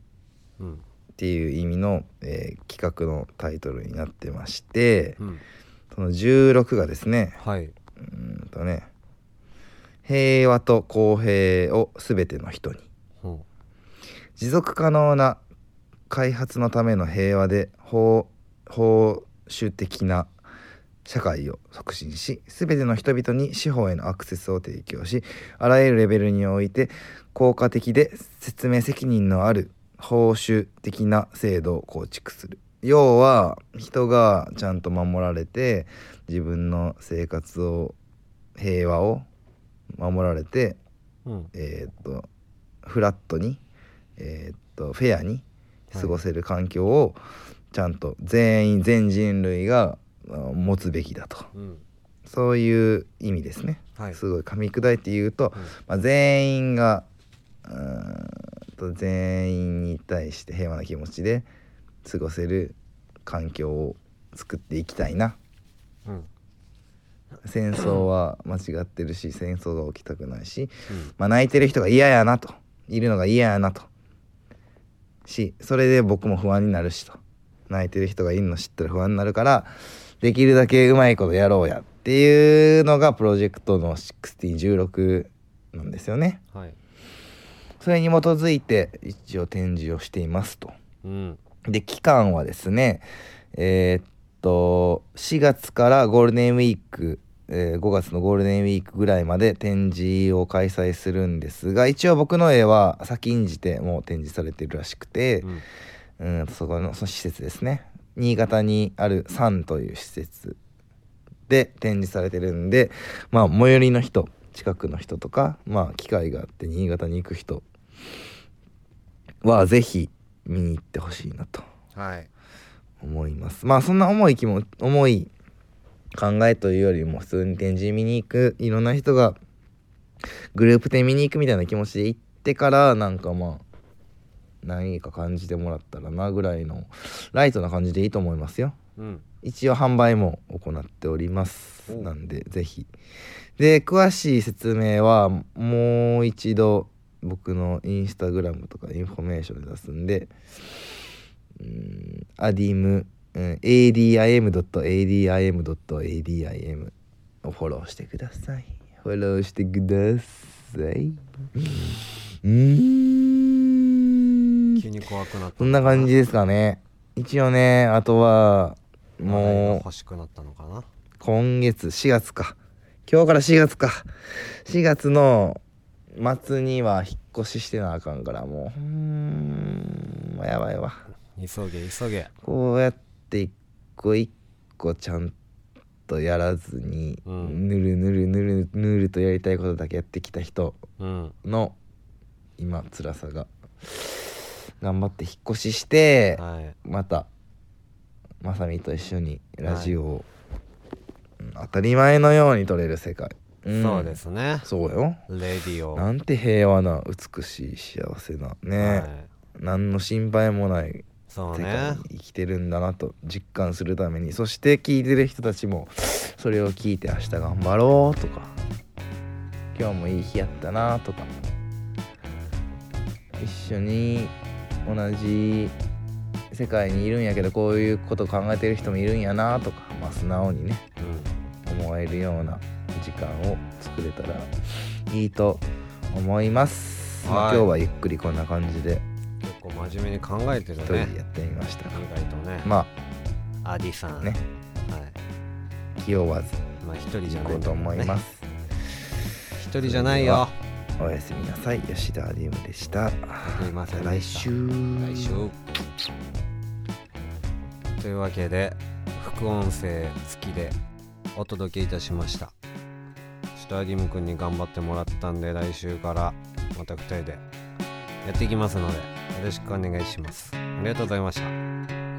Speaker 5: うん
Speaker 4: っていう意味の、えー企画のタイトルになってまして
Speaker 5: うん
Speaker 4: その16がですね
Speaker 5: はいう
Speaker 4: ーんとね平和と公平を全ての人に
Speaker 5: ほ
Speaker 4: 持続可能な開発のための平和で法法主的な社会を促進し全ての人々に司法へのアクセスを提供しあらゆるレベルにおいて効果的で説明責任のある報酬的な制度を構築する要は人がちゃんと守られて自分の生活を平和を守られて
Speaker 5: ううん
Speaker 4: えーっとフラットに、えーっとフェアに過ごせる環境をちゃんと全員全人類があ持つべきだと
Speaker 5: うん
Speaker 4: そういう意味ですね、
Speaker 5: はい
Speaker 4: すごい噛み砕いて言うと、
Speaker 5: うん
Speaker 4: まあ、全員がうーんと全員に対して平和な気持ちで過ごせる環境を作っていきたいな
Speaker 5: うん
Speaker 4: 戦争は間違ってるし戦争が起きたくないし
Speaker 5: うん
Speaker 4: まあ、泣いてる人が嫌やなといるのが嫌やなとしそれで僕も不安になるしと泣いてる人がいるの知ったら不安になるからできるだけうまいことやろうやっていうのがプロジェクトの1616なんですよね。
Speaker 5: はい
Speaker 4: それに基づいて一応展示をしていますと。
Speaker 5: うん
Speaker 4: で期間はですねえーっと4月からゴールデンウィーク、えー5月のゴールデンウィークぐらいまで展示を開催するんですが一応僕の絵は先んじてもう展示されてるらしくて
Speaker 5: う、ん
Speaker 4: うん、そこのその施設ですね新潟にあるサンという施設で展示されてるんでまあ最寄りの人近くの人とかまあ機会があって新潟に行く人はぜひ見に行ってほしいなと
Speaker 5: はい
Speaker 4: 思いますまあそんな重い気も重い考えというよりも普通に展示見に行くいろんな人がグループ展見に行くみたいな気持ちで行ってからなんかまあ何か感じてもらったらなぐらいのライトな感じでいいと思いますよ
Speaker 5: うん
Speaker 4: 一応販売も行っております
Speaker 5: お
Speaker 4: なんでぜひで詳しい説明はもう一度僕のインスタグラムとかインフォメーションで出すんでうんアディム、うん、adim.adim.adim をフォローしてくださいフォローしてくださいうーん
Speaker 5: 急に怖くなった
Speaker 4: そんな感じですかね一応ねあとは
Speaker 5: 笑いが
Speaker 4: もう
Speaker 5: 欲しくなったのかな
Speaker 4: 今月4月か今日から4月か4月の末には引っ越ししてなあかんからもううーんやばいわ
Speaker 5: 急げ急げ
Speaker 4: こうやって一個一個ちゃんとやらずに、
Speaker 5: うん
Speaker 4: ぬるぬるぬるぬるとやりたいことだけやってきた人
Speaker 5: うん
Speaker 4: の今辛さが頑張って引っ越しして、
Speaker 5: はい
Speaker 4: またまさみと一緒にラジオを、うん当たり前のように撮れる世界、ん
Speaker 5: そうですね
Speaker 4: そうよ
Speaker 5: レディオ
Speaker 4: なんて平和な美しい幸せなね、
Speaker 5: はい
Speaker 4: 何の心配もない
Speaker 5: そう
Speaker 4: 世界
Speaker 5: ね
Speaker 4: に生きてるんだなと実感するためにそして聞いてる人たちもそれを聞いて明日頑張ろうとか今日もいい日やったなとか一緒に同じ世界にいるんやけどこういうこと考えてる人もいるんやなとか、まあ、素直にね思えるような時間を作れたらいいと思います、まあ
Speaker 5: はい
Speaker 4: 今日はゆっくりこんな感じで
Speaker 5: うん結構真面目に考えてる
Speaker 4: 一人
Speaker 5: ね
Speaker 4: でやってみましたが、
Speaker 5: 意外とね
Speaker 4: まあ
Speaker 5: アディさん
Speaker 4: ね
Speaker 5: はい
Speaker 4: 気負わず
Speaker 5: まあ一人じ
Speaker 4: 行
Speaker 5: ゃな
Speaker 4: こ
Speaker 5: いう
Speaker 4: と思いますす、
Speaker 5: 一人じゃないよ
Speaker 4: おやすみなさい吉田アリウムでした
Speaker 5: すいませんで
Speaker 4: 来
Speaker 5: した
Speaker 4: 週
Speaker 5: 来週というわけで
Speaker 2: 副音声付きでお届けいたしましたちょっとアディム君に頑張ってもらったんで来週からまた2人でやっていきますのでよろしくお願いしますありがとうございました